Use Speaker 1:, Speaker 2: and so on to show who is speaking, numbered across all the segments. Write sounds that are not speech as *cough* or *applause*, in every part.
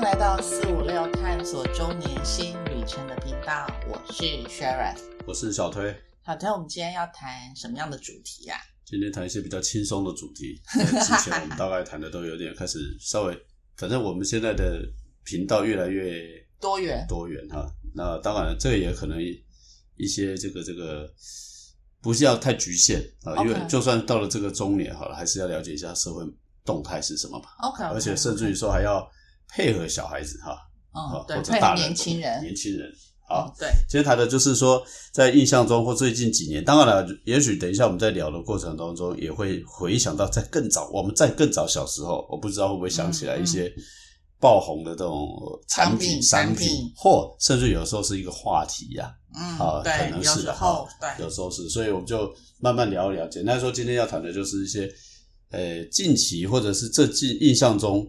Speaker 1: 来到四五六探索周年新旅程的频道，我是 Sharon。
Speaker 2: 我是小推，
Speaker 1: 好的，我们今天要谈什么样的主题啊？
Speaker 2: 今天谈一些比较轻松的主
Speaker 1: *laughs*
Speaker 2: 题。在之前我们大概谈的都有点开始稍微，反正我们现在的频道越来越
Speaker 1: 多元，
Speaker 2: 多元哈。那当然，这也可能一些这个这个不是要太局限啊，因为
Speaker 1: OK
Speaker 2: 就算到了这个中年好了，还是要了解一下社会动态是什么嘛。
Speaker 1: OK，,
Speaker 2: 而且甚至于说还要配合小孩子哈，啊
Speaker 1: 嗯，对，
Speaker 2: 或者
Speaker 1: 配合
Speaker 2: 大人
Speaker 1: 年轻人，
Speaker 2: 年轻人好。
Speaker 1: 嗯，对，
Speaker 2: 今天谈的就是说，在印象中或最近几年，当然了，也许等一下我们在聊的过程当中，也会回想到在更早，我们在更早小时候，我不知道会不会想起来一些爆红的这种呃产品、
Speaker 1: 嗯商品
Speaker 2: 商
Speaker 1: 产品
Speaker 2: 品，或甚至有时候是一个话题呀、啊
Speaker 1: 嗯，，
Speaker 2: 可
Speaker 1: 对，
Speaker 2: 能
Speaker 1: 有
Speaker 2: 是
Speaker 1: 时
Speaker 2: 的
Speaker 1: 候，
Speaker 2: 哈
Speaker 1: 对，
Speaker 2: 有时候是，所以我们就慢慢聊一聊。简单说，今天要谈的就是一些，呃，近期或者是这近印象中，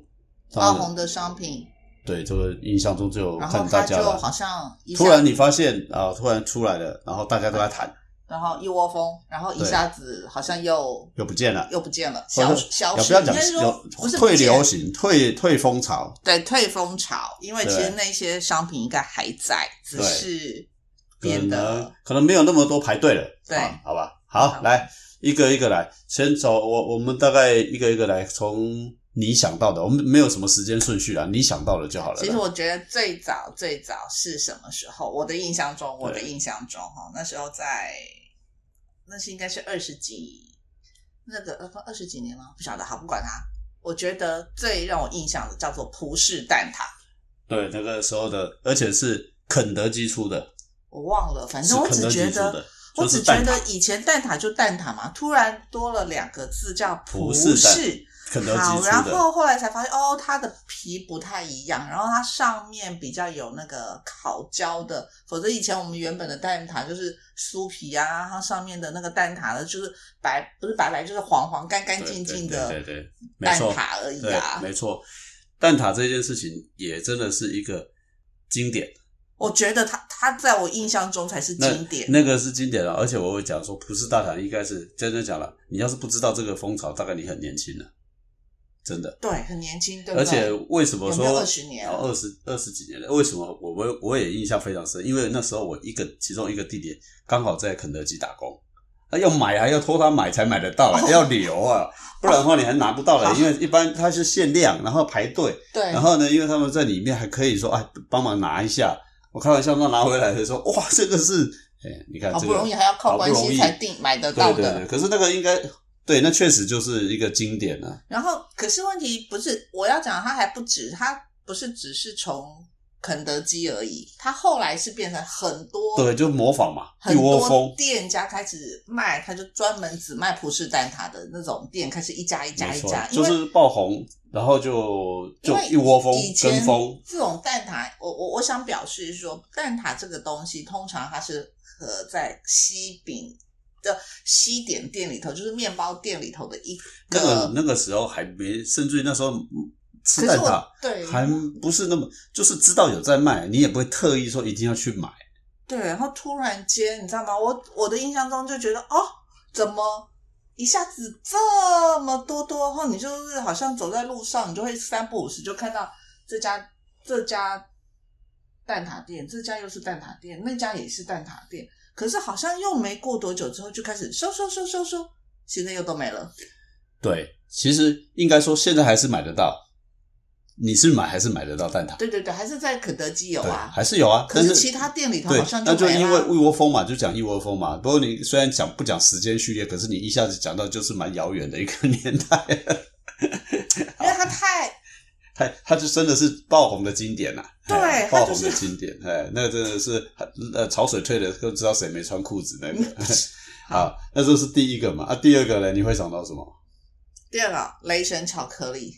Speaker 2: 当
Speaker 1: 爆
Speaker 2: 然
Speaker 1: 红的商品，
Speaker 2: 对这个印象中就有
Speaker 1: 然后
Speaker 2: 看
Speaker 1: 它
Speaker 2: 大家
Speaker 1: 就
Speaker 2: 了
Speaker 1: 好。像一下
Speaker 2: 突然你发现啊，突然出来了，然后大家都在谈，
Speaker 1: 然后一窝蜂，然后一
Speaker 2: 对
Speaker 1: 下子好像又
Speaker 2: 又不见了。
Speaker 1: 又不见了，
Speaker 2: 或
Speaker 1: 消
Speaker 2: 者
Speaker 1: 消
Speaker 2: 也
Speaker 1: 失，
Speaker 2: 不要讲
Speaker 1: 应该说不是
Speaker 2: 有退
Speaker 1: 不见
Speaker 2: 流行、退退风潮，
Speaker 1: 对，退风潮，因为其
Speaker 2: 对
Speaker 1: 实那些商品应该还在，只
Speaker 2: 对
Speaker 1: 是
Speaker 2: 可
Speaker 1: 变
Speaker 2: 能
Speaker 1: 得
Speaker 2: 可能没有那么多排队了。
Speaker 1: 对
Speaker 2: 啊好吧，
Speaker 1: 好
Speaker 2: 好，来一个一个来，先从我我们大概一个一个来，从你想到的，我们没有什么时间顺序啦，你想到的就好了啦。
Speaker 1: 其实我觉得最早最早是什么时候？我的印象中，我的
Speaker 2: 对
Speaker 1: 印象中哈，那时候在，那是应该是二十几，那个呃二十几年吗？不晓得，好不管它。我觉得最让我印象的叫做葡式蛋挞，
Speaker 2: 对那个时候的，而且是肯德基出的，
Speaker 1: 我忘了，反
Speaker 2: 是
Speaker 1: 正我
Speaker 2: 肯
Speaker 1: 只
Speaker 2: 德
Speaker 1: 觉
Speaker 2: 基出
Speaker 1: 得，
Speaker 2: 的，
Speaker 1: 我
Speaker 2: 就
Speaker 1: 只
Speaker 2: 是
Speaker 1: 觉
Speaker 2: 蛋
Speaker 1: 得
Speaker 2: 挞。
Speaker 1: 以前蛋挞就蛋挞嘛，突然多了两个字叫葡
Speaker 2: 葡式蛋
Speaker 1: 式
Speaker 2: 肯德基
Speaker 1: 好，
Speaker 2: 出
Speaker 1: 然
Speaker 2: 的，
Speaker 1: 后后来才发现哦，它的皮不太一样，然后它上面比较有那个烤焦的，否则以前我们原本的蛋挞就是酥皮啊，它上面的那个蛋挞呢就是白，不是白白就是黄黄干干
Speaker 2: 对
Speaker 1: 净
Speaker 2: 对
Speaker 1: 净
Speaker 2: 对
Speaker 1: 的
Speaker 2: 对对，没
Speaker 1: 蛋
Speaker 2: 错
Speaker 1: 挞而已
Speaker 2: 对
Speaker 1: 啊，。
Speaker 2: 没错。蛋挞这件事情也真的是一个经典，
Speaker 1: 我觉得它它在我印象中才是
Speaker 2: 那
Speaker 1: 经典，
Speaker 2: 那个是经典了，啊而且我会讲说，葡式大挞应该是真的讲了，你要是不知道这个风潮，大概你很年轻了，真的。
Speaker 1: 对，很年轻，对不
Speaker 2: 而
Speaker 1: 对？
Speaker 2: 且为什么
Speaker 1: 有
Speaker 2: 说哦
Speaker 1: 没有20年啊
Speaker 2: 二十二十几年了？为什么我我我也印象非常深？因为那时候我一个其中一个弟弟刚好在肯德基打工，啊，要买还要托他买才买得
Speaker 1: *laughs*
Speaker 2: 到、啊，要留啊，不然的话你还拿不到嘞、
Speaker 1: 好
Speaker 2: 因为一般它是限量，然后排队，
Speaker 1: 对，
Speaker 2: 然后呢，因为他们在里面还可以说，哎，帮忙拿一下。我开玩笑说拿回来的时候， *laughs* 哇，这个是，哎，你看
Speaker 1: 好
Speaker 2: 这
Speaker 1: 不
Speaker 2: 个，
Speaker 1: 容易还要靠
Speaker 2: 好不
Speaker 1: 关
Speaker 2: 容
Speaker 1: 系
Speaker 2: 易
Speaker 1: 才订买得到
Speaker 2: 对
Speaker 1: 的，
Speaker 2: 对对。可是那个应该，对，那确实就是一个经典啊。
Speaker 1: 然后，可是问题不是我要讲，它还不止，它不是只是从肯德基而已，它后来是变成很多
Speaker 2: 对，就模仿嘛，一
Speaker 1: 哦很
Speaker 2: 窝
Speaker 1: 多
Speaker 2: 蜂。
Speaker 1: 店家开始卖，它就专门只卖葡式蛋挞的那种店，开始一家一家
Speaker 2: 没
Speaker 1: 一
Speaker 2: 错
Speaker 1: 家，，因
Speaker 2: 就
Speaker 1: 为
Speaker 2: 是爆红，然后就
Speaker 1: 因
Speaker 2: 就
Speaker 1: 为
Speaker 2: 一窝蜂
Speaker 1: 以前
Speaker 2: 跟风，
Speaker 1: 这种蛋挞，我我我想表示说，蛋挞这个东西通常它是和在西饼的西点店里头，就是面包店里头的一
Speaker 2: 那个
Speaker 1: 个。
Speaker 2: 那个时候还没，甚至于那时候嗯吃
Speaker 1: 可是
Speaker 2: 蛋
Speaker 1: 我
Speaker 2: 挞
Speaker 1: 对
Speaker 2: 还不是那么，就是知道有在卖，你也不会特意说一定要去买。
Speaker 1: 对，然后突然间，你知道吗？我我的印象中就觉得，哦，怎么一下子这么多多？然后你就是好像走在路上，你就会三不五时就看到这家这家蛋挞店，这家又是蛋挞店，那家也是蛋挞店。可是好像又没过多久之后，就开始收收收收收，现在又都没了。
Speaker 2: 对，其实应该说现在还是买得到，你是买还是买得到蛋挞？
Speaker 1: 对对对，还是在肯德基有
Speaker 2: 对，
Speaker 1: 啊，
Speaker 2: 还是有啊。
Speaker 1: 可
Speaker 2: 但
Speaker 1: 是
Speaker 2: 是
Speaker 1: 其他店里头
Speaker 2: 对
Speaker 1: 好像，
Speaker 2: 那就
Speaker 1: 没
Speaker 2: 因
Speaker 1: 啦
Speaker 2: 为一窝蜂嘛，就讲一窝蜂嘛。不过你虽然讲不讲时间序列，可是你一下子讲到就是蛮遥远的一个 *laughs* 年代，
Speaker 1: 因为它太
Speaker 2: 它它就真的是爆红的经典呐、
Speaker 1: 对
Speaker 2: 哎
Speaker 1: 它
Speaker 2: 爆
Speaker 1: 就
Speaker 2: 红
Speaker 1: 是
Speaker 2: 的经典，哎，那个真的是呃潮水退了，都知道谁没穿裤子那个。
Speaker 1: 嗯 *laughs*
Speaker 2: 哎好，那这是第一个嘛？啊，第二个呢？你会想到什么？
Speaker 1: 第二个雷神巧克力。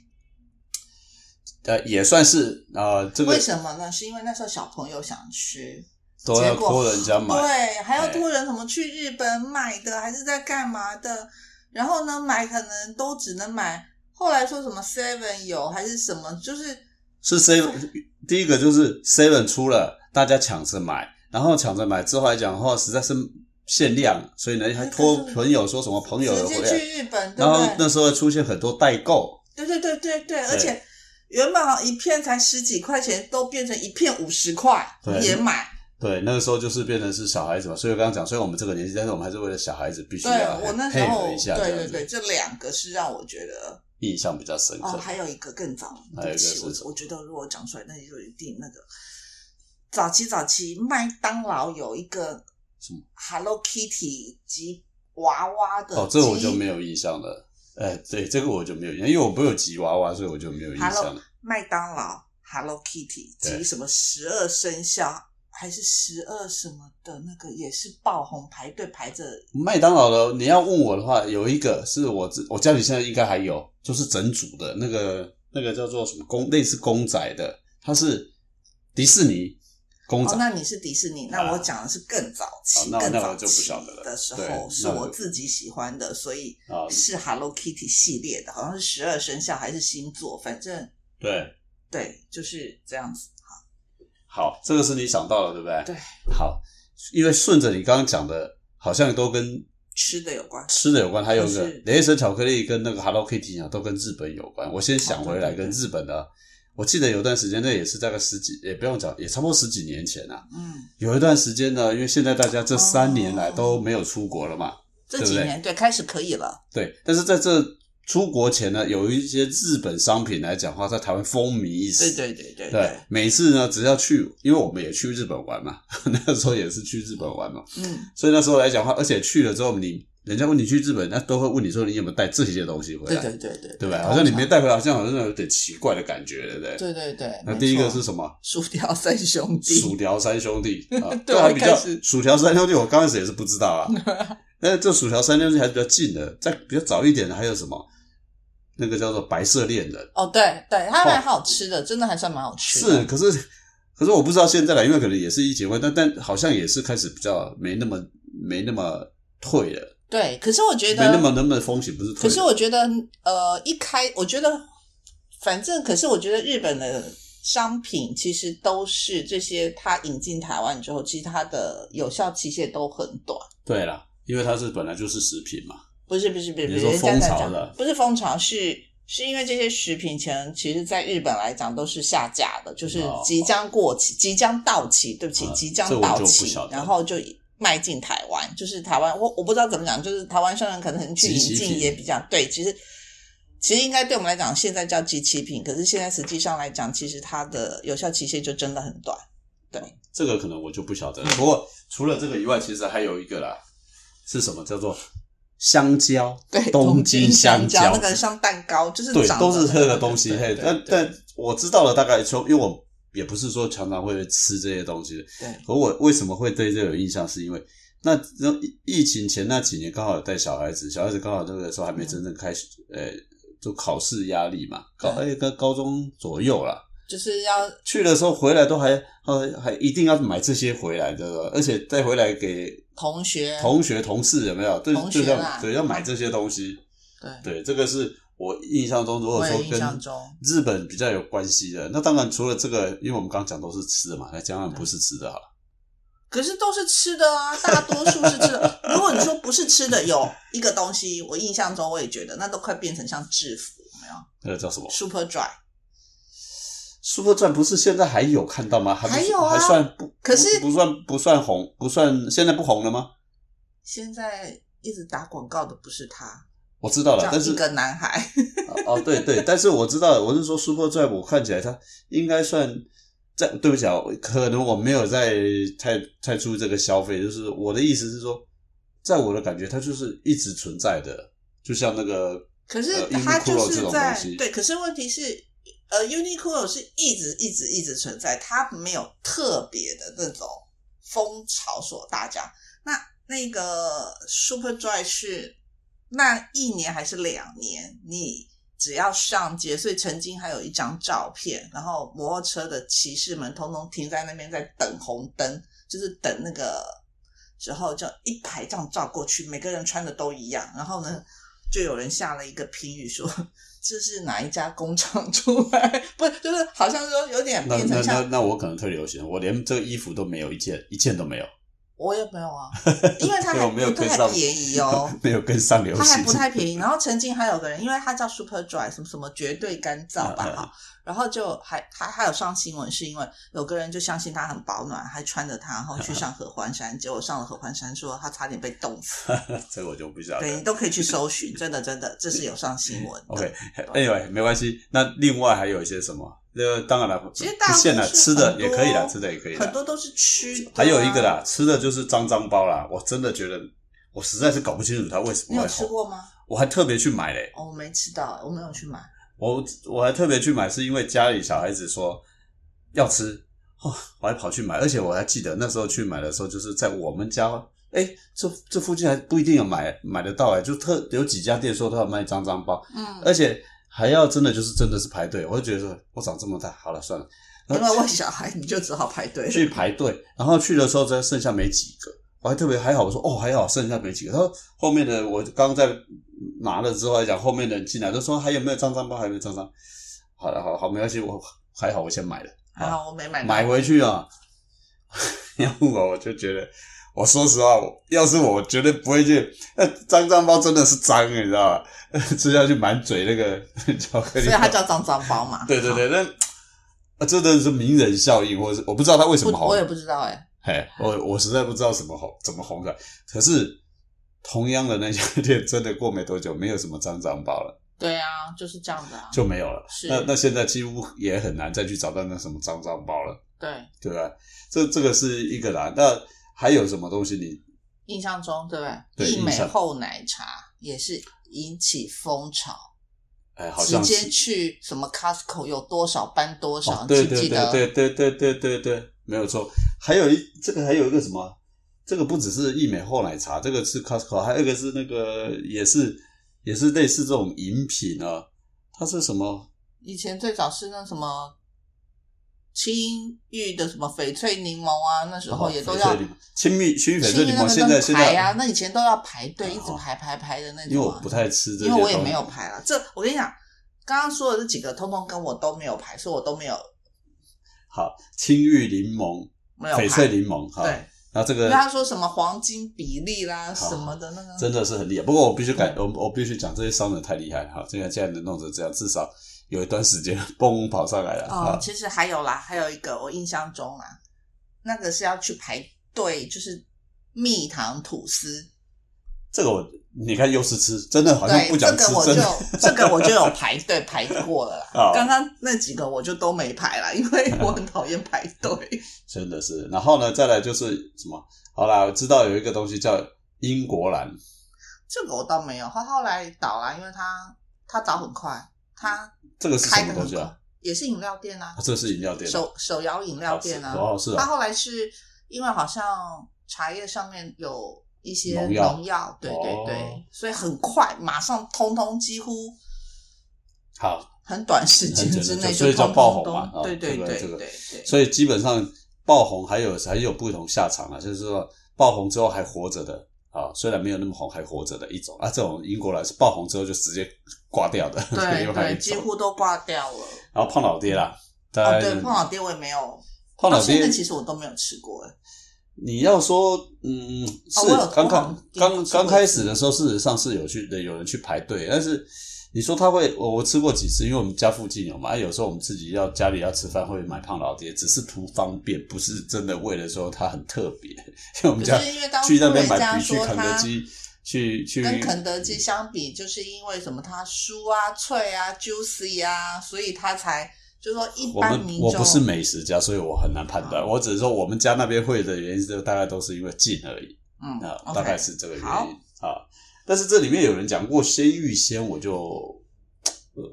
Speaker 2: 呃，也算是啊、呃这个
Speaker 1: 为什么呢？是因为那时候小朋友想吃，
Speaker 2: 都要
Speaker 1: 结果
Speaker 2: 托人家买，
Speaker 1: 对，还要
Speaker 2: 哎
Speaker 1: 托人什么去日本买的，还是在干嘛的？然后呢，买可能都只能买。后来说什么 Seven 有还是什么，就是
Speaker 2: 是 seven，第一个就是 seven 出了，大家抢着买，然后抢着买之后来讲的话，实在是限量，所以呢还托朋友说什么朋友
Speaker 1: 直
Speaker 2: 回
Speaker 1: 接
Speaker 2: 来，
Speaker 1: 去日本，对
Speaker 2: 然
Speaker 1: 不
Speaker 2: 后
Speaker 1: 对？
Speaker 2: 那时候出现很多代购，
Speaker 1: 对对对对对，而且原本好像一片才十几块钱，都变成一片五十块
Speaker 2: 对
Speaker 1: 也买。
Speaker 2: 对，那个时候就是变成是小孩子嘛，所以我刚刚讲，虽然我们这个年纪，但是我们还是为了小孩子必须
Speaker 1: 对
Speaker 2: 要
Speaker 1: 我那时
Speaker 2: 配
Speaker 1: 候
Speaker 2: 合，一下，
Speaker 1: 对
Speaker 2: 这
Speaker 1: 对
Speaker 2: 样子
Speaker 1: 对，这两个是让我觉得
Speaker 2: 印象比较深刻。
Speaker 1: 哦，还有一个更早，
Speaker 2: 还
Speaker 1: 对不
Speaker 2: 有一个
Speaker 1: 起，
Speaker 2: 是什
Speaker 1: 我我觉得如果讲出来，那就一定那个。早期早期，麦当劳有一个
Speaker 2: 什么
Speaker 1: Hello Kitty 及娃娃的
Speaker 2: 哦，这个我
Speaker 1: 机
Speaker 2: 就没有印象了。哎，对，这个我就没有印象，因为我没有吉娃娃，所以我就没有印象了。
Speaker 1: 麦当劳 Hello Kitty
Speaker 2: 对
Speaker 1: 及什么十二生肖还是十二什么的那个也是爆红，排队排着
Speaker 2: 麦当劳的，你要问我的话，有一个是我自我家里现在应该还有，就是整组的那个那个叫做什么公类似公仔的，它是迪士尼公
Speaker 1: 哦
Speaker 2: 仔，，啊
Speaker 1: 那你是迪士尼，那我讲的是更早期，
Speaker 2: 啊那
Speaker 1: 更
Speaker 2: 那我
Speaker 1: 早
Speaker 2: 就不
Speaker 1: 期
Speaker 2: 晓得了
Speaker 1: 的时
Speaker 2: 对
Speaker 1: 候是
Speaker 2: 那
Speaker 1: 我
Speaker 2: 我
Speaker 1: 自己喜欢的，所以
Speaker 2: 啊
Speaker 1: 是 Hello Kitty 系列的，好像是十二生肖还是星座，反正
Speaker 2: 对，
Speaker 1: 对就是这样子。
Speaker 2: 好，这个是你想到了，对不对？
Speaker 1: 对，
Speaker 2: 好，因为顺着你刚刚讲的，好像都跟
Speaker 1: 吃的有关，
Speaker 2: 吃的有关，还有一个
Speaker 1: 就是
Speaker 2: 雷神巧克力跟那个 Hello Kitty 啊，都跟日本有关。我先想回来
Speaker 1: 哦对对
Speaker 2: 跟
Speaker 1: 对
Speaker 2: 日本的啊，我记得有段时间，那也是大概十几，也不用讲，也差不多十几年前啊。
Speaker 1: 嗯，
Speaker 2: 有一段时间呢，因为现在大家这三年来
Speaker 1: 哦
Speaker 2: 都没有出国了嘛，
Speaker 1: 这
Speaker 2: 对不
Speaker 1: 几
Speaker 2: 对
Speaker 1: 年对开始可以了，
Speaker 2: 对。但是在这出国前呢，有一些日本商品来讲的话，在台湾风靡一时。
Speaker 1: 对对对对
Speaker 2: 对，每次呢，只要去，因为我们也去日本玩嘛， *laughs* 那时候也是去日本玩嘛，
Speaker 1: 嗯，
Speaker 2: 所以那时候来讲的话，而且去了之后，你人家问你去日本，那都会问你说你有没有带这些东西回来，
Speaker 1: 对对对对，
Speaker 2: 对吧？
Speaker 1: 通
Speaker 2: 好像你
Speaker 1: 常
Speaker 2: 没带回来，好像好像有点奇怪的感觉，对不对？
Speaker 1: 对对对，
Speaker 2: 那
Speaker 1: 没
Speaker 2: 第一个
Speaker 1: 错
Speaker 2: 是什么？
Speaker 1: 薯条三兄
Speaker 2: 薯
Speaker 1: 弟，
Speaker 2: 条三
Speaker 1: *laughs*
Speaker 2: 兄弟啊，
Speaker 1: 对
Speaker 2: 还
Speaker 1: 我一
Speaker 2: 比
Speaker 1: 开
Speaker 2: 较
Speaker 1: 始
Speaker 2: 薯条三兄弟，我刚开始也是不知道
Speaker 1: *laughs*
Speaker 2: 啊。但是这薯条三兄弟还是比较近的，在比较早一点的还有什么？那个叫做白色恋人
Speaker 1: 哦对对，它蛮好吃的，真的还算蛮好吃的，
Speaker 2: 是，可是可是我不知道现在了，因为可能也是疫情问，但但好像也是开始比较没那么没那么退了，
Speaker 1: 对，可是我觉
Speaker 2: 没
Speaker 1: 得
Speaker 2: 那么那么风险不是退了。
Speaker 1: 可是我觉得，呃，一开，我觉得，反正，可是我觉得日本的商品其实都是这些，它引进台湾之后，其实它的有效期限都很短。
Speaker 2: 对啦，因为它是本来就是食品嘛，
Speaker 1: 不是不是不是不
Speaker 2: 你
Speaker 1: 是，
Speaker 2: 说
Speaker 1: 人家
Speaker 2: 风
Speaker 1: 在
Speaker 2: 潮
Speaker 1: 讲
Speaker 2: 的
Speaker 1: 不是风潮，是是因为这些食品前，其实在日本来讲都是下架的，就是
Speaker 2: 哦
Speaker 1: 即将过期、即将到期，对不起，
Speaker 2: 啊
Speaker 1: 即
Speaker 2: 这
Speaker 1: 将
Speaker 2: 我
Speaker 1: 到
Speaker 2: 就不
Speaker 1: 期
Speaker 2: 晓，得
Speaker 1: 然后就迈进台湾，就是台湾，我我不知道怎么讲，就是台湾商人可能去
Speaker 2: 集
Speaker 1: 引
Speaker 2: 齐
Speaker 1: 进
Speaker 2: 品
Speaker 1: 也比较对，其实。其实应该对我们来讲，现在叫集齐品，可是现在实际上来讲，其实它的有效期限就真的很短。 *laughs*
Speaker 2: 这个可能我就不晓得了。不过除了这个以外，其实还有一个啦，是什么叫做香蕉？
Speaker 1: 对，
Speaker 2: 东京香
Speaker 1: 香
Speaker 2: 蕉
Speaker 1: 那个像蛋糕，就是
Speaker 2: 对，
Speaker 1: 长
Speaker 2: 都
Speaker 1: 得
Speaker 2: 是
Speaker 1: 那
Speaker 2: 这个
Speaker 1: 个
Speaker 2: 东西。
Speaker 1: 对
Speaker 2: 嘿，
Speaker 1: 对
Speaker 2: 但
Speaker 1: 对
Speaker 2: 但我知道了大概就，因为我也不是说常常会吃这些东西的，
Speaker 1: 对
Speaker 2: 可我为什么会对这有印象，是因为那那疫疫情前那几年刚好有带小孩子，小孩子刚好那个时候还没真正开始，呃、就考试压力嘛，高哎高高中左右啦。
Speaker 1: 就是要
Speaker 2: 去的时候回来都还呃还一定要买这些回来的，而且带回来给
Speaker 1: 同学
Speaker 2: 同学同事有没有？对，
Speaker 1: 同
Speaker 2: 就
Speaker 1: 学
Speaker 2: 要
Speaker 1: 啦
Speaker 2: 对要买这些东西。
Speaker 1: 对
Speaker 2: 对，这个是我印象中，如果
Speaker 1: 我
Speaker 2: 说
Speaker 1: 也印
Speaker 2: 跟
Speaker 1: 象中
Speaker 2: 日本比较有关系的，那当然除了这个，因为我们刚刚讲都是吃的嘛，那讲讲不是吃的好了。
Speaker 1: 可是都是吃的啊，大多数是吃
Speaker 2: *laughs*
Speaker 1: 的。如果你说不是吃的，有一个东西，我印象中我也觉得那都快变成像制服，有没有
Speaker 2: 那个叫什么？
Speaker 1: ？Super Dry，
Speaker 2: Super 转不是现在还有看到吗？还不
Speaker 1: 还有啊
Speaker 2: 还算不，
Speaker 1: 可是
Speaker 2: 不不算不算红，不算现在不红了吗？
Speaker 1: 现在一直打广告的不是他，
Speaker 2: 我知道
Speaker 1: 这
Speaker 2: 了，但
Speaker 1: 样
Speaker 2: 是
Speaker 1: 一个男孩，
Speaker 2: 哦对对，但是我知道了，我是说 Super 转，我看起来它应该算在，对不起啊，可能我没有在太太注意这个消费，就是我的意思是说，在我的感觉，它就是一直存在的，就像那个
Speaker 1: 可是
Speaker 2: 呃 Uniqlo
Speaker 1: 他就
Speaker 2: 这
Speaker 1: 是
Speaker 2: 种
Speaker 1: 在
Speaker 2: 东西
Speaker 1: 对，可是问题是。呃，Uniqlo 是一直一直一直存在，它没有特别的那种风潮所大家。那那个 Superdry 是那一年还是两年，你只要上街，所以曾经还有一张照片，然后摩托车的骑士们通通停在那边在等红灯，就是等那个时候就一排这样照过去，每个人穿的都一样，然后呢，就有人下了一个评语说。这是哪一家工厂出来？ *laughs* 不，就是好像说有点
Speaker 2: 那
Speaker 1: 变
Speaker 2: 那
Speaker 1: 成
Speaker 2: 那
Speaker 1: 像
Speaker 2: 那我可能退流行，我连这个衣服都没有一件，一件都没有。
Speaker 1: 我也没有
Speaker 2: *laughs*
Speaker 1: 啊，因为它
Speaker 2: 对
Speaker 1: 还
Speaker 2: 我没有
Speaker 1: 它
Speaker 2: 跟
Speaker 1: 还
Speaker 2: 上
Speaker 1: 便宜哦，
Speaker 2: 没有跟上流
Speaker 1: 它还
Speaker 2: 行
Speaker 1: 不。太便宜。然后曾经还有个人，因为它叫 Super Dry 什么什么绝对干燥吧，
Speaker 2: 嗯嗯
Speaker 1: 哈然后就还还还有上新闻，是因为有个人就相信它很保暖，还穿着它，然后去
Speaker 2: 啊
Speaker 1: 上合欢山，结果上了合欢山说他差点被冻死。
Speaker 2: 这个我就不晓
Speaker 1: 对，你
Speaker 2: 得。
Speaker 1: 都可以去搜寻，真的真的，这是有上新闻的。
Speaker 2: OK，Anyway，没关系。那另外还有一些什么？那个当然了，
Speaker 1: 其实大
Speaker 2: 不限了，
Speaker 1: 陆是
Speaker 2: 吃的
Speaker 1: 很
Speaker 2: 也
Speaker 1: 多
Speaker 2: 可以啦，吃的也可以啦
Speaker 1: 很。多都是吃的、啊
Speaker 2: 还有一个，啦，吃的就是脏脏包啦，我真的觉得我实在是搞不清楚它为什
Speaker 1: 你
Speaker 2: 么
Speaker 1: 有
Speaker 2: 会
Speaker 1: 吃
Speaker 2: 红。
Speaker 1: 过吗？
Speaker 2: 我还特别去买嘞，
Speaker 1: 哦，我没吃到，我没有去买。
Speaker 2: 我我还特别去买，是因为家里小孩子说要吃，哦，我还跑去买，而且我还记得那时候去买的时候，就是在我们家，哎，这这附近还不一定有买买得到哎，就特有几家店说他要卖脏脏包，
Speaker 1: 嗯，
Speaker 2: 而且还要真的就是真的是排队，我就觉得说我长这么大，好了算了，
Speaker 1: 因为我小孩，你就只好排队了。
Speaker 2: 去排队，然后去的时候只剩下没几个，我还特别还好，我说哦还好剩下没几个。他说后面的我刚刚在拿了之后还讲后面的人进来都说还有没有脏脏包，还有没有脏脏。好了，好好没关系，我还好我先买了，
Speaker 1: 还好我没买到。
Speaker 2: 买回去啊。 *laughs* 你要问我，我就觉得，我说实话，我要是我，我绝对不会去。那脏脏包真的是脏，欸你知道吧？ *laughs* 吃下去满嘴那个 *laughs* 巧克力
Speaker 1: 所以
Speaker 2: 包。。
Speaker 1: 它叫脏脏包嘛
Speaker 2: 对对对，那啊真的是名人效应，或者是我不知道它为什
Speaker 1: 不
Speaker 2: 么好。
Speaker 1: 我也不知道哎、
Speaker 2: 嘿，我我实在不知道怎么红怎么红的。可是同样的那家店，真的过没多久，没有什么脏脏包了，
Speaker 1: 对啊，就是这样的啊。
Speaker 2: 就没有了。
Speaker 1: 是
Speaker 2: 那那现在几乎也很难再去找到那什么脏脏包了，
Speaker 1: 对，
Speaker 2: 对吧？这这个是一个啦。那还有什么东西你？
Speaker 1: 印象中对不对？
Speaker 2: 对
Speaker 1: 益
Speaker 2: 印
Speaker 1: 美
Speaker 2: 象
Speaker 1: 厚奶茶也是引起风潮，
Speaker 2: 哎，好
Speaker 1: 直
Speaker 2: 像
Speaker 1: 接
Speaker 2: 是
Speaker 1: 去什么 Costco 有多少搬多少，
Speaker 2: 哦，
Speaker 1: 你
Speaker 2: 对
Speaker 1: 记不
Speaker 2: 对
Speaker 1: 记
Speaker 2: 对
Speaker 1: 得？
Speaker 2: 对对对对对对，没有错。还有一这个还有一个什么？这个不只是益美厚奶茶，这个是 Costco，还有一个是那个也是也是类似这种饮品啊，它是什么？
Speaker 1: 以前最早是那什么青玉的什么翡翠柠檬啊，那时候也都要
Speaker 2: 哦翡翠柠檬青蜜青蜜翡
Speaker 1: 青
Speaker 2: 翠
Speaker 1: 玉
Speaker 2: 柠
Speaker 1: 那
Speaker 2: 檬，
Speaker 1: 个
Speaker 2: 现在
Speaker 1: 都
Speaker 2: 现
Speaker 1: 排
Speaker 2: 在
Speaker 1: 啊，那以前都要排队，一直
Speaker 2: 哦
Speaker 1: 排排排的那种、啊。
Speaker 2: 因为我不太吃这些
Speaker 1: 因为
Speaker 2: 东西，
Speaker 1: 我也没有排啊。这我跟你讲，刚刚说的这几个，通通跟我都没有排，所以我都没有
Speaker 2: 好青玉柠檬、
Speaker 1: 没有排。
Speaker 2: 翡翠柠檬哈，
Speaker 1: 对，
Speaker 2: 然后这
Speaker 1: 因为
Speaker 2: 个
Speaker 1: 他说什么黄金比例啦
Speaker 2: 好
Speaker 1: 什么的那个，
Speaker 2: 真的是很厉害。不过我必须感我我必须讲这些商人太厉害哈，这个现在能弄成这样，至少有一段时间 *laughs* 嘣跑上来了
Speaker 1: 哦
Speaker 2: 哈，。
Speaker 1: 其实还有啦，还有一个我印象中啊，那个是要去排队，就是蜜糖吐司。
Speaker 2: 这个我你看又是吃，真的好像
Speaker 1: 对，
Speaker 2: 不
Speaker 1: 这
Speaker 2: 讲吃
Speaker 1: 个我
Speaker 2: 真
Speaker 1: 就
Speaker 2: 的。
Speaker 1: 这个我就有排队排过了啦
Speaker 2: 好。
Speaker 1: 刚刚那几个我就都没排啦，因
Speaker 2: *laughs*
Speaker 1: 为我很讨厌排队。
Speaker 2: 真的是，然后呢，再来就是什么？好啦，我知道有一个东西叫英国蓝，
Speaker 1: 这个我倒没有，他后来倒啦，因为他他倒很快，他
Speaker 2: 这个是
Speaker 1: 开
Speaker 2: 什
Speaker 1: 的
Speaker 2: 么
Speaker 1: 很
Speaker 2: 东西
Speaker 1: 快，
Speaker 2: 啊？
Speaker 1: 也是饮料店啊
Speaker 2: 啊，这是饮料店啊，
Speaker 1: 手手摇饮料店啊。
Speaker 2: 哦是
Speaker 1: 他
Speaker 2: 啊，
Speaker 1: 后来是因为好像茶叶上面有一些
Speaker 2: 农药
Speaker 1: 农药，对对对，
Speaker 2: 哦
Speaker 1: 所以很快，马上通通几乎
Speaker 2: 好，
Speaker 1: 很短时间之内
Speaker 2: 很简单所以叫
Speaker 1: 通
Speaker 2: 爆
Speaker 1: 通
Speaker 2: 红嘛
Speaker 1: 都
Speaker 2: 啊
Speaker 1: 对对
Speaker 2: 这个
Speaker 1: 对
Speaker 2: 这个
Speaker 1: 对对，
Speaker 2: 所以基本上爆红还有还有不同下场啊，就是说爆红之后还活着的啊，虽然没有那么红还活着的一种啊，这种英国人是爆红之后就直接挂掉的，
Speaker 1: 对
Speaker 2: 又还 *laughs* 有
Speaker 1: 对，
Speaker 2: 一
Speaker 1: 几
Speaker 2: 种。呃
Speaker 1: 乎都挂掉了。
Speaker 2: 然后胖老爹啦，
Speaker 1: 哦，
Speaker 2: 大概
Speaker 1: 对，胖老爹我也没有，
Speaker 2: 胖
Speaker 1: 到
Speaker 2: 老
Speaker 1: 现
Speaker 2: 爹
Speaker 1: 在，其实我都没有吃过，哎
Speaker 2: 你要说嗯
Speaker 1: 哦我有
Speaker 2: 是
Speaker 1: 我
Speaker 2: 刚
Speaker 1: 有听
Speaker 2: 刚
Speaker 1: 过
Speaker 2: 刚
Speaker 1: 吃
Speaker 2: 刚
Speaker 1: 过
Speaker 2: 开
Speaker 1: 一
Speaker 2: 始
Speaker 1: 次
Speaker 2: 的时候，事实上是有去的，有人去排队，但是。你说他会，我我吃过几次，因为我们家附近有嘛，啊有时候我们自己要家里要吃饭会买胖老爹，只是图方便，不是真的为了说它很特别。因为我们家
Speaker 1: 可是因为当初
Speaker 2: 去那边
Speaker 1: 人
Speaker 2: 买
Speaker 1: 家
Speaker 2: 比去
Speaker 1: 说
Speaker 2: 肯德
Speaker 1: 它
Speaker 2: 基，去去
Speaker 1: 跟肯德基相比，就是因为什么它酥啊、脆啊、juicy 啊，所以它才就说一
Speaker 2: 我
Speaker 1: 般
Speaker 2: 们
Speaker 1: 民众啊
Speaker 2: 我不是美食家，所以我很难判断。
Speaker 1: 好
Speaker 2: 我只是说我们家那边会的原因，就大概都是因为近而已
Speaker 1: 嗯
Speaker 2: 啊
Speaker 1: o k
Speaker 2: 大概是这个原
Speaker 1: 好
Speaker 2: 因啊。但是这里面有人讲过鲜芋仙，我就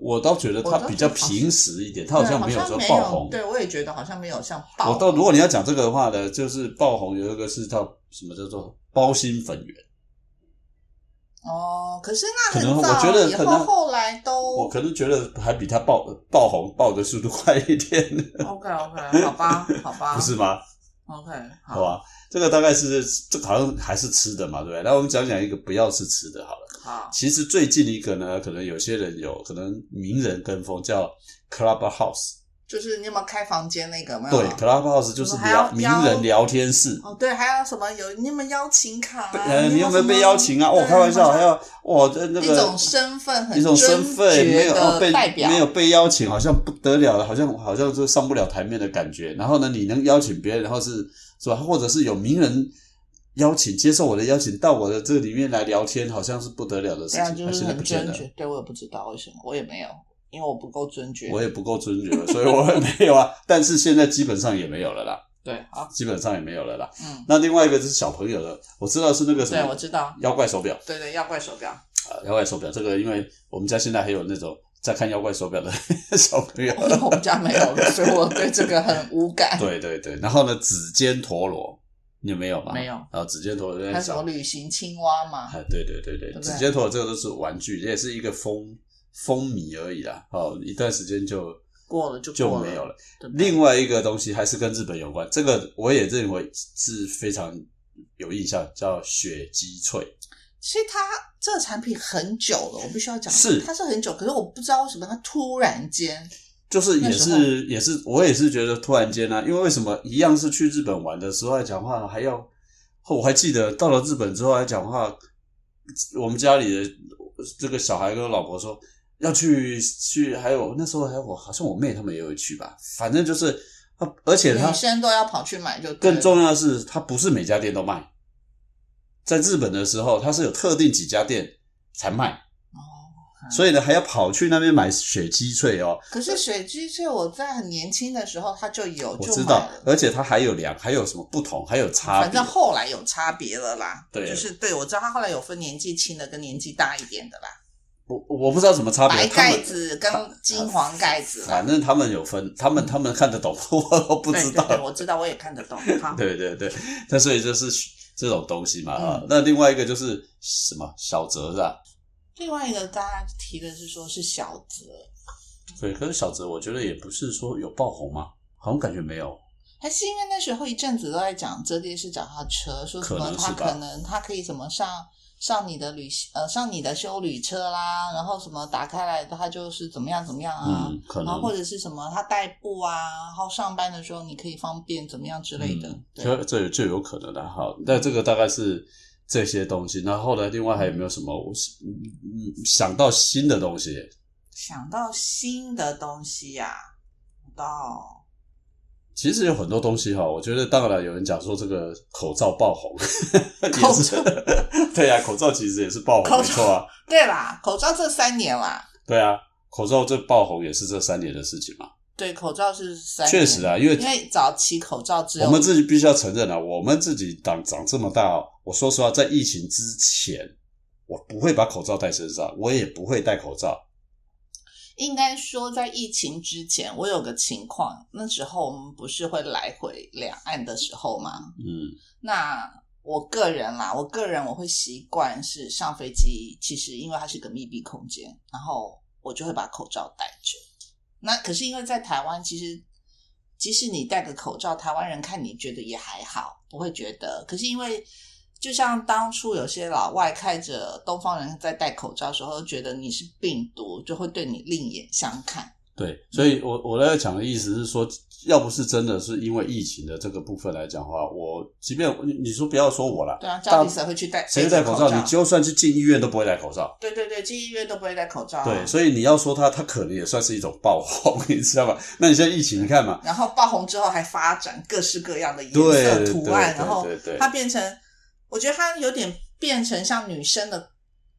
Speaker 2: 我倒觉得
Speaker 1: 我
Speaker 2: 它
Speaker 1: 倒
Speaker 2: 比
Speaker 1: 觉
Speaker 2: 较
Speaker 1: 得好
Speaker 2: 平时一点，它
Speaker 1: 对
Speaker 2: 好
Speaker 1: 好
Speaker 2: 像没有说爆红。
Speaker 1: 对我也觉得好像没有像爆。
Speaker 2: 我倒如果你要讲这个的话呢，就是爆红有一个是叫什么叫做包心粉圆，
Speaker 1: 哦，可是那
Speaker 2: 可
Speaker 1: 很
Speaker 2: 能我
Speaker 1: 早，
Speaker 2: 觉得
Speaker 1: 以
Speaker 2: 可
Speaker 1: 后
Speaker 2: 能
Speaker 1: 后来都
Speaker 2: 我可能觉得还比它爆爆红爆的速度快一点，
Speaker 1: OK OK，好吧， *laughs* 好吧，
Speaker 2: 不是吗？
Speaker 1: OK，
Speaker 2: 好吧
Speaker 1: 好，？
Speaker 2: 这个大概是这个好像还是吃的嘛，对不对？那我们讲讲一个不要是吃的好了。
Speaker 1: 好，
Speaker 2: 其实最近一个呢，可能有些人有可能名人跟风叫 Clubhouse，
Speaker 1: 就是你有没有开房间那个？有没有
Speaker 2: 对，Clubhouse 就是
Speaker 1: 啊还要
Speaker 2: 聊名人聊天室。
Speaker 1: 哦，对，还有什么有你有没有邀请卡、啊？
Speaker 2: 呃，你有没
Speaker 1: 有
Speaker 2: 有被邀请啊？
Speaker 1: 我
Speaker 2: 哦，开玩笑，还要哇，这那
Speaker 1: 一
Speaker 2: 个
Speaker 1: 种身份很
Speaker 2: 一种身份
Speaker 1: 尊
Speaker 2: 没
Speaker 1: 爵
Speaker 2: 有哦
Speaker 1: 的
Speaker 2: 被
Speaker 1: 代表，
Speaker 2: 没有被邀请，好像不得了了，好像好像就上不了台面的感觉。然后呢，你能邀请别人，然后是是吧？或者是有名人邀请，接受我的邀请到我的这里面来聊天，好像是不得了的事
Speaker 1: 对啊，
Speaker 2: 情。
Speaker 1: 就
Speaker 2: 他
Speaker 1: 是
Speaker 2: 现在
Speaker 1: 很
Speaker 2: 不见
Speaker 1: 尊
Speaker 2: 了。
Speaker 1: 爵。对我也不知道为什么，我也没有，因为我不够尊爵。
Speaker 2: 我也不够尊爵，所以我也没有啊。 *laughs* 但是现在基本上也没有了啦，
Speaker 1: 对，好，
Speaker 2: 基本上也没有了啦。
Speaker 1: 嗯，
Speaker 2: 那另外一个就是小朋友的，我知道是那个什
Speaker 1: 对，我
Speaker 2: 么
Speaker 1: 知道，
Speaker 2: 妖怪手表，
Speaker 1: 对对，妖怪手表， *laughs*
Speaker 2: 呃，妖怪手表这个，因为我们家现在还有那种在看妖怪手表的 *laughs* 小朋友。 *laughs*
Speaker 1: 我们家没有，所以我对这个很无感。
Speaker 2: 对对对，然后呢，指尖陀螺，你有没有吗？
Speaker 1: 没有
Speaker 2: 然后指尖陀螺
Speaker 1: 还
Speaker 2: 在
Speaker 1: 有什么
Speaker 2: 小，
Speaker 1: 旅行青蛙嘛？
Speaker 2: 哎，对对对对，
Speaker 1: 对不对
Speaker 2: 指尖陀螺这个都是玩具，也是一个风风靡而已啦。哦，一段时间就
Speaker 1: 过了就
Speaker 2: 就
Speaker 1: 过
Speaker 2: 没有了。
Speaker 1: 对不对
Speaker 2: 另外一个东西还是跟日本有关，这个我也认为是非常有印象，叫雪肌脆。
Speaker 1: 其实它这个产品很久了，我必须要讲，
Speaker 2: 是
Speaker 1: 它是很久，可是我不知道为什么它突然间，
Speaker 2: 就是也
Speaker 1: 那时
Speaker 2: 是也是，我也是觉得突然间呢、啊，因为为什么一样是去日本玩的时候还讲话，还要哦我还记得到了日本之后还讲话，我们家里的这个小孩跟我老婆说要去去，还有那时候还有我好像我妹他们也有去吧，反正就是，啊而且他
Speaker 1: 女生都要跑去买就对了
Speaker 2: 更重要的是，它不是每家店都卖。在日本的时候，它是有特定几家店才卖，
Speaker 1: 哦。
Speaker 2: 所以呢还要跑去那边买雪肌脆哦。
Speaker 1: 可是水鸡脆我在很年轻的时候它就有，
Speaker 2: 我
Speaker 1: 就
Speaker 2: 知
Speaker 1: 买
Speaker 2: 道
Speaker 1: 了，。
Speaker 2: 而且它还有量，还有什么不同，还有差
Speaker 1: 反
Speaker 2: 别
Speaker 1: 正。后来有差别了啦，
Speaker 2: 对
Speaker 1: 就是对我知道它后来有分年纪轻的跟年纪大一点的啦，
Speaker 2: 我我不知道什么差别。
Speaker 1: 白
Speaker 2: 他
Speaker 1: 盖
Speaker 2: 们
Speaker 1: 子跟金黄盖子啦，
Speaker 2: 反正他们有分，他们他们看得懂， *laughs* 我都不知
Speaker 1: 对对对，
Speaker 2: 道。
Speaker 1: 我知道，我也看得懂。好，
Speaker 2: *laughs* 对对对，那所以就是这种东西嘛啊
Speaker 1: 嗯。
Speaker 2: 那另外一个就是什么小泽是吧？
Speaker 1: 另外一个大家提的是说是小泽，
Speaker 2: 对，可是小泽我觉得也不是说有爆红吗？好像感觉没有。
Speaker 1: 还是因为那时候一阵子都在讲折叠式脚踏车，说什
Speaker 2: 可
Speaker 1: 么
Speaker 2: 能是
Speaker 1: 它
Speaker 2: 吧
Speaker 1: 可能它可以怎么上上你的旅行呃上你的修旅车啦，然后什么打开来它就是怎么样怎么样啊，
Speaker 2: 嗯，可
Speaker 1: 然后
Speaker 2: 能
Speaker 1: 或者是什么它代步啊，然后上班的时候你可以方便怎么样之类的，
Speaker 2: 嗯
Speaker 1: 对。
Speaker 2: 这这就有可能的、好，那这个大概是这些东西。然后呢，另外还有没有什么？我是嗯嗯想到新的东西，
Speaker 1: 想到新的东西呀、到
Speaker 2: 其实有很多东西哈。我觉得当然有人讲说这个口罩爆红，
Speaker 1: 口罩
Speaker 2: 也是对啊，口罩其实也是爆红，
Speaker 1: 口罩
Speaker 2: 没错啊，
Speaker 1: 对啦，口罩这三年啦，
Speaker 2: 对啊，口罩这爆红也是这三年的事情嘛。
Speaker 1: 对，口罩是三年，
Speaker 2: 确实啊，因为
Speaker 1: 因为早期口罩只有
Speaker 2: 我们自己必须要承认啊，我们自己长长这么大、哦，我说实话，在疫情之前，我不会把口罩戴身上，我也不会戴口罩。
Speaker 1: 应该说，在疫情之前，我有个情况，那时候我们不是会来回两岸的时候吗？
Speaker 2: 嗯，
Speaker 1: 那我个人啦，我个人我会习惯是上飞机，其实因为它是个密闭空间，然后我就会把口罩戴着。那可是因为在台湾，其实即使你戴个口罩，台湾人看你觉得也还好，不会觉得。可是因为就像当初有些老外看着东方人在戴口罩的时候，觉得你是病毒，就会对你另眼相看。
Speaker 2: 对，所以我我在讲的意思是说，要不是真的是因为疫情的这个部分来讲的话，我即便你你说不要说我啦，
Speaker 1: 对啊，
Speaker 2: 大
Speaker 1: 照理谁会去戴？
Speaker 2: 谁会戴口罩？
Speaker 1: 着
Speaker 2: 你就算去进医院都不会戴口罩。
Speaker 1: 对对对，进医院都不会戴口罩、啊。
Speaker 2: 对，所以你要说他，他可能也算是一种爆红， *laughs* 你知道吧？那你现在疫情，你看嘛，
Speaker 1: 然后爆红之后还发展各式各样的颜
Speaker 2: 对
Speaker 1: 色
Speaker 2: 对
Speaker 1: 图
Speaker 2: 对
Speaker 1: 案，
Speaker 2: 对
Speaker 1: 然后
Speaker 2: 对对
Speaker 1: 它变成，我觉得它有点变成像女生的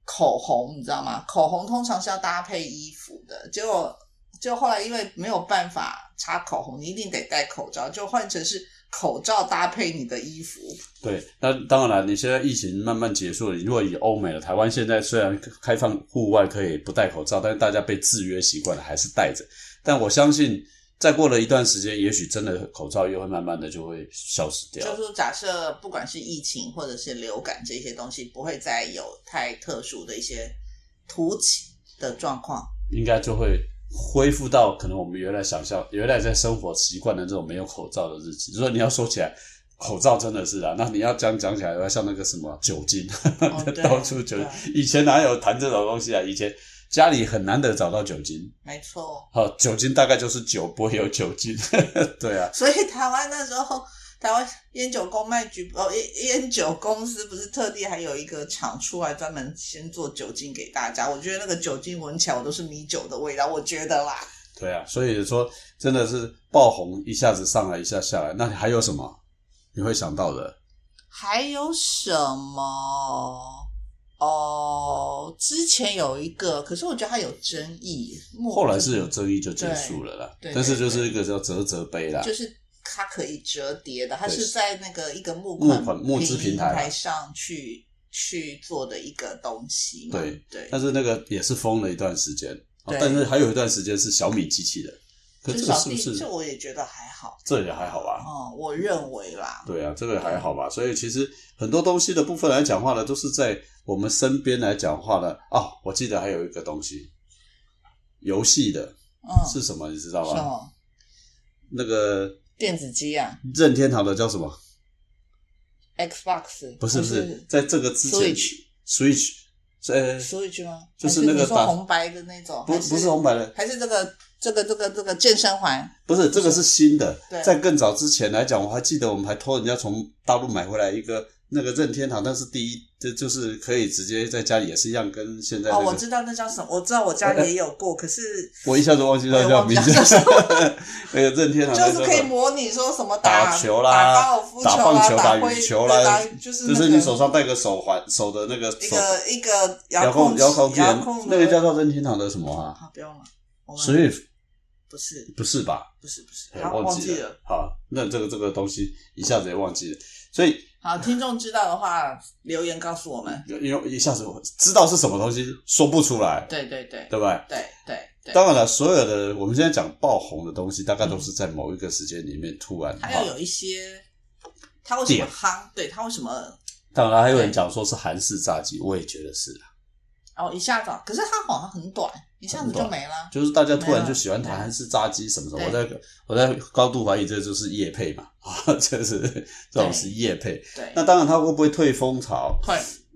Speaker 1: 口红，你知道吗？口红通常是要搭配衣服的，结果就后来因为没有办法擦口红，你一定得戴口罩，就换成是口罩搭配你的衣服。
Speaker 2: 对，那当然了，你现在疫情慢慢结束了，你如果以欧美了，台湾现在虽然开放户外可以不戴口罩，但是大家被制约习惯了，还是戴着。但我相信，再过了一段时间，也许真的口罩又会慢慢的就会消失掉。
Speaker 1: 就是说假设不管是疫情或者是流感这些东西，不会再有太特殊的一些突起的状况。
Speaker 2: 应该就会恢复到可能我们原来想象、原来在生活习惯的这种没有口罩的日子。所以你要说起来，口罩真的是啊，那你要讲讲起来，要像那个什么酒精， *laughs*
Speaker 1: 哦对
Speaker 2: 到处酒精
Speaker 1: 对
Speaker 2: 以前哪有谈这种东西啊？以前家里很难得找到酒精，
Speaker 1: 没错。
Speaker 2: 好，酒精大概就是酒，不会有酒精。 *laughs* 对啊，
Speaker 1: 所以台湾那时候，台湾烟酒公卖局哦，烟烟酒公司不是特地还有一个厂出来专门先做酒精给大家。我觉得那个酒精闻起来我都是米酒的味道，我觉得啦。
Speaker 2: 对啊，所以说真的是爆红，一下子上来，一下下来，那还有什么你会想到的？
Speaker 1: 还有什么？哦，之前有一个，可是我觉得它有争议。莫
Speaker 2: 后来是有争议就结束了啦
Speaker 1: 对，对
Speaker 2: 但是就是一个叫泽泽杯啦，
Speaker 1: 就是它可以折叠的，它
Speaker 2: 啊对
Speaker 1: 是在那个一个募
Speaker 2: 募款募资平
Speaker 1: 平
Speaker 2: 台啊
Speaker 1: 上去去做的一个东西嘛。
Speaker 2: 对
Speaker 1: 对，
Speaker 2: 但是那个也是封了一段时间，啊
Speaker 1: 对
Speaker 2: 但是还有一段时间是小米机器人，可
Speaker 1: 就
Speaker 2: 这个
Speaker 1: 扫
Speaker 2: 是不
Speaker 1: 地
Speaker 2: 是啊
Speaker 1: 这我也觉得还好。
Speaker 2: 这也还好吧？
Speaker 1: 嗯，我认为啦，
Speaker 2: 对啊，这个还好吧？所以其实很多东西的部分来讲话呢，都是在我们身边来讲话的哦。我记得还有一个东西，游戏的
Speaker 1: 嗯，
Speaker 2: 是啊什么？你知道
Speaker 1: 什
Speaker 2: 吗？
Speaker 1: 么
Speaker 2: 那个
Speaker 1: 电子机啊
Speaker 2: 任天堂的叫什么？
Speaker 1: ，Xbox
Speaker 2: 不是不
Speaker 1: 不
Speaker 2: 是，在这个之前
Speaker 1: Switch
Speaker 2: Switch 呃
Speaker 1: Switch 吗？
Speaker 2: 就是
Speaker 1: 还
Speaker 2: 那个
Speaker 1: 你说
Speaker 2: 打
Speaker 1: 红白的那种，
Speaker 2: 不
Speaker 1: 还
Speaker 2: 不是红白的，
Speaker 1: 还是这个这个这个这个健身环，
Speaker 2: 不是这个是新的
Speaker 1: 对，
Speaker 2: 在更早之前来讲，我还记得我们还托人家从大陆买回来一个那个任天堂，但是第一这就是可以直接在家里也是一样，跟现在
Speaker 1: 哦，
Speaker 2: 那
Speaker 1: 我
Speaker 2: 个
Speaker 1: 知道那叫什么，我知道我家也有过，可是
Speaker 2: 呃我一下子忘记它叫名字
Speaker 1: 我也忘记它叫什，
Speaker 2: *laughs* 那个任天堂
Speaker 1: 就
Speaker 2: 的
Speaker 1: 是可以模拟说什么
Speaker 2: 打球啦
Speaker 1: 打高尔夫
Speaker 2: 打
Speaker 1: 啦、
Speaker 2: 棒球、
Speaker 1: 打
Speaker 2: 羽
Speaker 1: 挥
Speaker 2: 球
Speaker 1: 对
Speaker 2: 啦
Speaker 1: 打，就是
Speaker 2: 就
Speaker 1: 那
Speaker 2: 是
Speaker 1: 个
Speaker 2: 你手上戴个手环，手的那个
Speaker 1: 一
Speaker 2: 手
Speaker 1: 个一个
Speaker 2: 遥控遥
Speaker 1: 遥
Speaker 2: 控器
Speaker 1: 遥
Speaker 2: 的
Speaker 1: 控，
Speaker 2: 那个叫做任天堂的什么啊
Speaker 1: 啊，不用了，我们
Speaker 2: ？Swift
Speaker 1: 不是
Speaker 2: 不是吧？
Speaker 1: 不是不是，
Speaker 2: 对
Speaker 1: 好
Speaker 2: 哎忘
Speaker 1: 记了
Speaker 2: 了。。好，那这个这个东西一下子也忘记了，所以
Speaker 1: 好，听众知道的话，留言告诉我们。
Speaker 2: 因为一下子我知道是什么东西，说不出来，
Speaker 1: 对对对
Speaker 2: 对不对？
Speaker 1: 对对对，
Speaker 2: 当然了，所有的我们现在讲爆红的东西，大概都是在某一个时间里面突然。
Speaker 1: 它要有一些，它为什么夯？对，它为什么？
Speaker 2: 当然了，还有人讲说是韩式炸鸡，我也觉得是，
Speaker 1: 哦，一下子啊，可是它好像很短，一下子就没了。
Speaker 2: 就是大家突然就喜欢谈韩式炸鸡什么什么。我
Speaker 1: 对
Speaker 2: 在我在高度怀疑这就是叶配嘛， *laughs* 啊，这是这种是叶配。
Speaker 1: 对，
Speaker 2: 那当然，它会不会退风潮？
Speaker 1: 会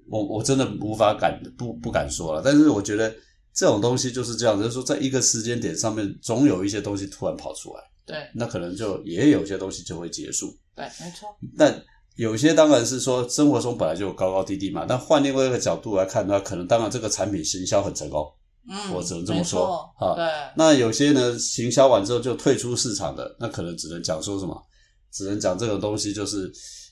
Speaker 2: 我我真的无法敢不不敢说了，但是我觉得这种东西就是这样，就是说在一个时间点上面，总有一些东西突然跑出来，
Speaker 1: 对
Speaker 2: 那可能就也有些东西就会结束。
Speaker 1: 对，没错。
Speaker 2: 但有些当然是说生活中本来就有高高低低嘛，但换另外一个角度来看的话，可能当然这个产品行销很成功，
Speaker 1: 嗯，
Speaker 2: 我只能这么
Speaker 1: 没
Speaker 2: 说
Speaker 1: 错
Speaker 2: 啊
Speaker 1: 对，
Speaker 2: 那有些呢行销完之后就退出市场的，那可能只能讲说什么，只能讲这种东西就是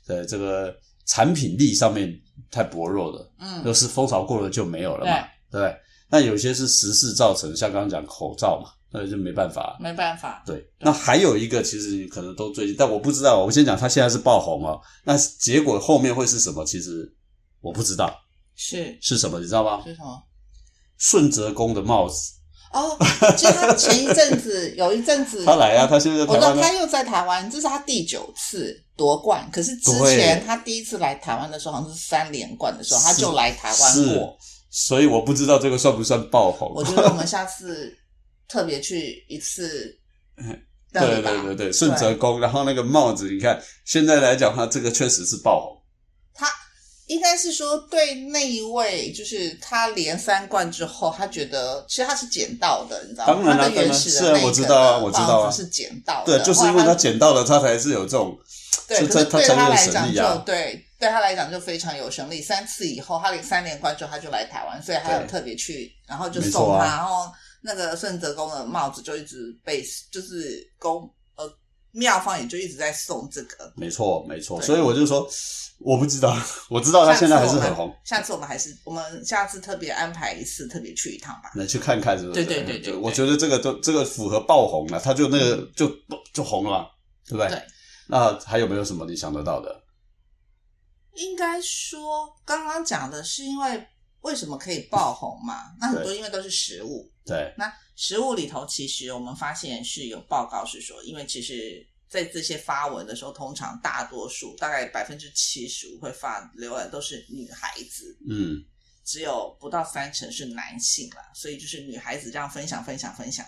Speaker 2: 呃这个产品力上面太薄弱了。就
Speaker 1: 嗯，
Speaker 2: 是风潮过了就没有了嘛，对不对？那有些是时势造成，像刚刚讲口罩嘛，那就没办法。
Speaker 1: 没办法。
Speaker 2: 对，那还有一个，其实你可能都最近，但我不知道。我先讲，它现在是爆红哦，那结果后面会是什么？其实我不知道
Speaker 1: 是
Speaker 2: 是什么，你知道吗？
Speaker 1: 是什么？
Speaker 2: 顺泽公的帽子，
Speaker 1: 哦，就他前一阵子
Speaker 2: *laughs*
Speaker 1: 有一阵子，
Speaker 2: 他来啊，他现在在
Speaker 1: 嗯我知
Speaker 2: 台
Speaker 1: 道
Speaker 2: 湾呢
Speaker 1: 他又在台湾，这是他第九次夺冠。可是之前他第一次来台湾的时候，好像是三连冠的时候，他就来台湾
Speaker 2: 是
Speaker 1: 过。，
Speaker 2: 所以我不知道这个算不算爆红。啊
Speaker 1: 我觉得我们下次特别去一次，让
Speaker 2: *laughs* 对
Speaker 1: 你吧
Speaker 2: 对对对，顺泽公，然后那个帽子，你看现在来讲，它这个确实是爆红。
Speaker 1: 他应该是说对那一位，就是他连三冠之后，他觉得其实他是捡到的，你知道吗？
Speaker 2: 当然啦
Speaker 1: 他的原始的
Speaker 2: 当然是啊
Speaker 1: 那个
Speaker 2: 我知道啊我知道啊
Speaker 1: 棒子是捡到的，
Speaker 2: 对，就是因
Speaker 1: 后
Speaker 2: 为
Speaker 1: 来
Speaker 2: 他捡到了，他才是有这种，
Speaker 1: 对，
Speaker 2: 就
Speaker 1: 可是
Speaker 2: 他
Speaker 1: 对
Speaker 2: 才
Speaker 1: 他
Speaker 2: 有
Speaker 1: 来
Speaker 2: 神
Speaker 1: 讲
Speaker 2: 力
Speaker 1: 就
Speaker 2: 啊。
Speaker 1: 对，对他来讲就非常有神力。三次以后，他连三连冠之后，他就来台湾，所以他有
Speaker 2: 对
Speaker 1: 特别去，然后就
Speaker 2: 没
Speaker 1: 送
Speaker 2: 错
Speaker 1: 他，
Speaker 2: 啊
Speaker 1: 然后那个顺泽宫的帽子就一直被，就是宫呃庙方也就一直在送这个。
Speaker 2: 没错，没错。
Speaker 1: 对
Speaker 2: 所以我就说，我不知道，我知道他哦现在还是很红，
Speaker 1: 下次我们还是我们下次特别安排一次，特别去一趟吧。
Speaker 2: 来去看看是不是？
Speaker 1: 对
Speaker 2: 嗯
Speaker 1: 对对对对嗯
Speaker 2: 我觉得这个都这个符合爆红了，他就那个就就红了嘛，对不对？
Speaker 1: 对
Speaker 2: 那还有没有什么你想得到的？
Speaker 1: 应该说刚刚讲的是因为为什么可以爆红嘛？那很多因为都是食物，
Speaker 2: 对，
Speaker 1: 那食物里头，其实我们发现是有报告是说，因为其实在这些发文的时候，通常大多数大概百分之七十五会发浏览都是女孩子，
Speaker 2: 嗯，
Speaker 1: 只有不到三成是男性啦。所以就是女孩子这样分享分享分享，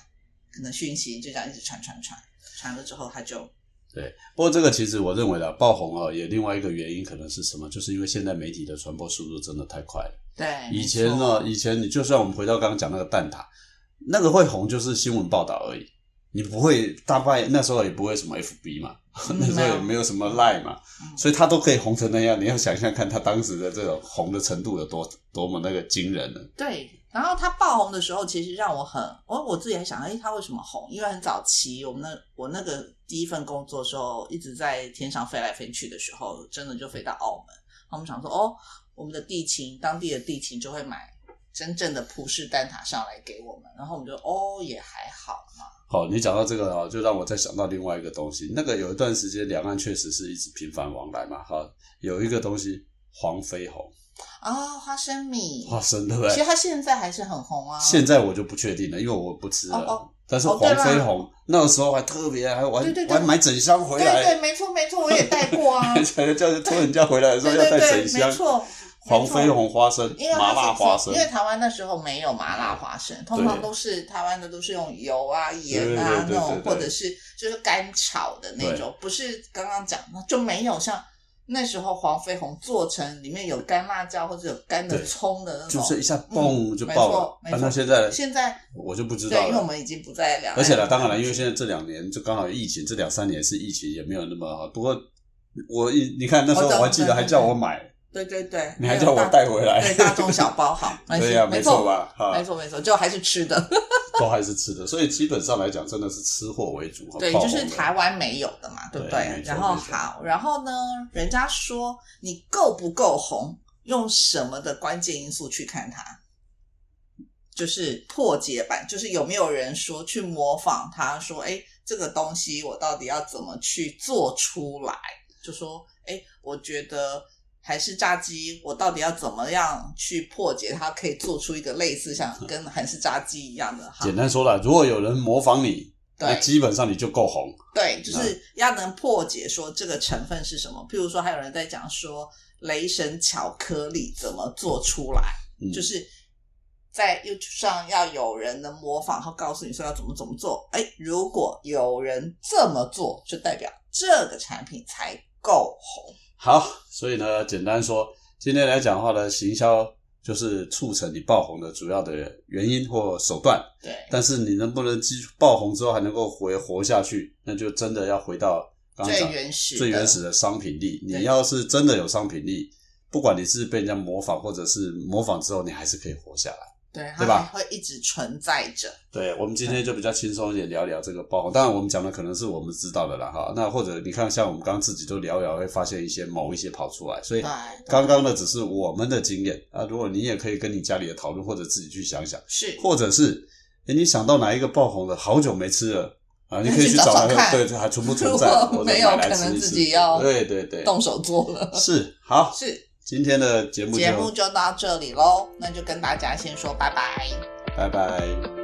Speaker 1: 可能讯息就这样一直传传传，传了之后他就
Speaker 2: 对，不过这个其实我认为啦，爆红啊，也另外一个原因可能是什么？就是因为现在媒体的传播速度真的太快了。
Speaker 1: 对，
Speaker 2: 以前
Speaker 1: 没
Speaker 2: 呢
Speaker 1: 错，
Speaker 2: 以前你就算我们回到刚刚讲那个蛋挞，那个会红就是新闻报道而已，你不会大概那时候也不会什么 FB 嘛，
Speaker 1: 嗯
Speaker 2: 那 *laughs* 时候
Speaker 1: 没有
Speaker 2: 也没有什么 Line 嘛，
Speaker 1: 嗯
Speaker 2: 所以它都可以红成那样。你要想象看它当时的这种红的程度有多多么那个惊人呢？
Speaker 1: 对，然后他爆红的时候，其实让我很，我我自己还想，哎，他为什么红？因为很早期，我们那我那个第一份工作的时候，一直在天上飞来飞去的时候，真的就飞到澳门。我们想说，哦，我们的地勤，当地的地勤就会买真正的葡式蛋挞上来给我们，然后我们就哦，也还好嘛，
Speaker 2: 好，你讲到这个啊，就让我再想到另外一个东西。那个有一段时间，两岸确实是一直频繁往来嘛。哈，有一个东西，黄飞鸿
Speaker 1: 啊、花生米，
Speaker 2: 花生，对不
Speaker 1: 其实
Speaker 2: 对？
Speaker 1: 他现在还是啊很红啊，
Speaker 2: 现在我就不确定了，因为我不吃了。
Speaker 1: 哦哦
Speaker 2: 但是
Speaker 1: 哦
Speaker 2: 黄
Speaker 1: 对啦
Speaker 2: 飞鸿、那个时候还特别，还我还
Speaker 1: 对对对
Speaker 2: 我还买整箱回
Speaker 1: 对
Speaker 2: 来，
Speaker 1: 对，没错没错，我也带过
Speaker 2: *laughs*
Speaker 1: 啊，
Speaker 2: 才叫托人家回来的时候
Speaker 1: 对
Speaker 2: 要
Speaker 1: 对
Speaker 2: 带整
Speaker 1: 对，
Speaker 2: 箱
Speaker 1: 没。错，
Speaker 2: 黄飞
Speaker 1: 没错
Speaker 2: 鸿花生
Speaker 1: 因为、它
Speaker 2: 麻
Speaker 1: 是
Speaker 2: 辣花生
Speaker 1: 因，为台湾那时候没有麻辣花生，通常都是台湾的都是用油啊、盐啊
Speaker 2: 对对对对
Speaker 1: 那种
Speaker 2: 对，对
Speaker 1: 或者是就是干炒的那种，不是刚刚讲的就没有像那时候黄飞鸿做成里面有干辣椒或者有干的
Speaker 2: 对
Speaker 1: 葱的那
Speaker 2: 就
Speaker 1: 种。
Speaker 2: 是一下嘣就
Speaker 1: 没
Speaker 2: 爆了
Speaker 1: 错。呃嗯没
Speaker 2: 啊
Speaker 1: 错
Speaker 2: 那现在
Speaker 1: 现在
Speaker 2: 我就不知
Speaker 1: 对，
Speaker 2: 道
Speaker 1: 因为我
Speaker 2: 了。
Speaker 1: 们已经不在聊。
Speaker 2: 而且呢，当然了，因为现在这两年就刚好疫情，这两三年是疫情，也没有那么好。不过我一你看那时候
Speaker 1: 我懂
Speaker 2: 我还记得
Speaker 1: 对
Speaker 2: 还叫我买，
Speaker 1: 对对哦对，
Speaker 2: 你还叫我带回
Speaker 1: *laughs*
Speaker 2: 来
Speaker 1: 对大中小包好，没
Speaker 2: *laughs* 对呀，
Speaker 1: 没
Speaker 2: 没错？吧？
Speaker 1: 没
Speaker 2: 哈，
Speaker 1: 错没错，就还是吃的，
Speaker 2: 都还是吃的，所以基本上来讲，真的是吃货为主。哈
Speaker 1: 对，
Speaker 2: 爆
Speaker 1: 就
Speaker 2: 红
Speaker 1: 是
Speaker 2: 的
Speaker 1: 台湾没有的嘛，对不
Speaker 2: 对没
Speaker 1: 对？
Speaker 2: 错
Speaker 1: 然后
Speaker 2: 没错
Speaker 1: 好，然后呢，人家说你够不够红，用什么的关键因素去看它？就是破解版，就是有没有人说去模仿他，说，哎，这个东西我到底要怎么去做出来？就说，哎，我觉得韩式炸鸡，我到底要怎么样去破解它，可以做出一个类似
Speaker 2: *laughs*
Speaker 1: 像跟韩式炸鸡一样的？哈
Speaker 2: 简单说了，如果有人模仿你，
Speaker 1: 对
Speaker 2: 那基本上你就够红。
Speaker 1: 对，
Speaker 2: 嗯
Speaker 1: 就是要能破解说这个成分是什么。譬如说，还有人在讲说雷神巧克力怎么做出来，
Speaker 2: 嗯
Speaker 1: 就是在 YouTube 上要有人能模仿，然后告诉你说要怎么怎么做。哎，如果有人这么做，就代表这个产品才够红。
Speaker 2: 好，所以呢，简单说，今天来讲的话呢，行销就是促成你爆红的主要的原因或手段。
Speaker 1: 对，
Speaker 2: 但是你能不能继续爆红之后还能够活活下去，那就真的要回到刚刚
Speaker 1: 最
Speaker 2: 讲
Speaker 1: 原始的，
Speaker 2: 最原始的商品力。
Speaker 1: 对
Speaker 2: 你要是真的有商品力，不管你是被人家模仿，或者是模仿之后，你还是可以活下来。
Speaker 1: 对，它
Speaker 2: 对吧
Speaker 1: 还会一直存在着。
Speaker 2: 对我们今天就比较轻松一点聊聊这个爆红，当然我们讲的可能是我们知道的啦哈。那或者你看，像我们刚刚自己都聊一聊，会发现一些某一些跑出来，所以
Speaker 1: 对
Speaker 2: 刚刚的只是我们的经验啊。如果你也可以跟你家里的讨论，或者自己去想想，
Speaker 1: 是，
Speaker 2: 或者是诶你想到哪一个爆红的，好久没吃了啊，你可以
Speaker 1: 去
Speaker 2: 去
Speaker 1: 找
Speaker 2: 找
Speaker 1: 找
Speaker 2: 来
Speaker 1: 看
Speaker 2: 对对还存不存
Speaker 1: 如
Speaker 2: 在，
Speaker 1: 果
Speaker 2: 或者
Speaker 1: 没有
Speaker 2: 买来
Speaker 1: 可
Speaker 2: 吃
Speaker 1: 能
Speaker 2: 一
Speaker 1: 自
Speaker 2: 吃
Speaker 1: 己要
Speaker 2: 对对对
Speaker 1: 动手做了。
Speaker 2: 是好，
Speaker 1: 是，
Speaker 2: 今天的节目就
Speaker 1: 节目就到这里喽，那就跟大家先说拜拜。
Speaker 2: 拜拜。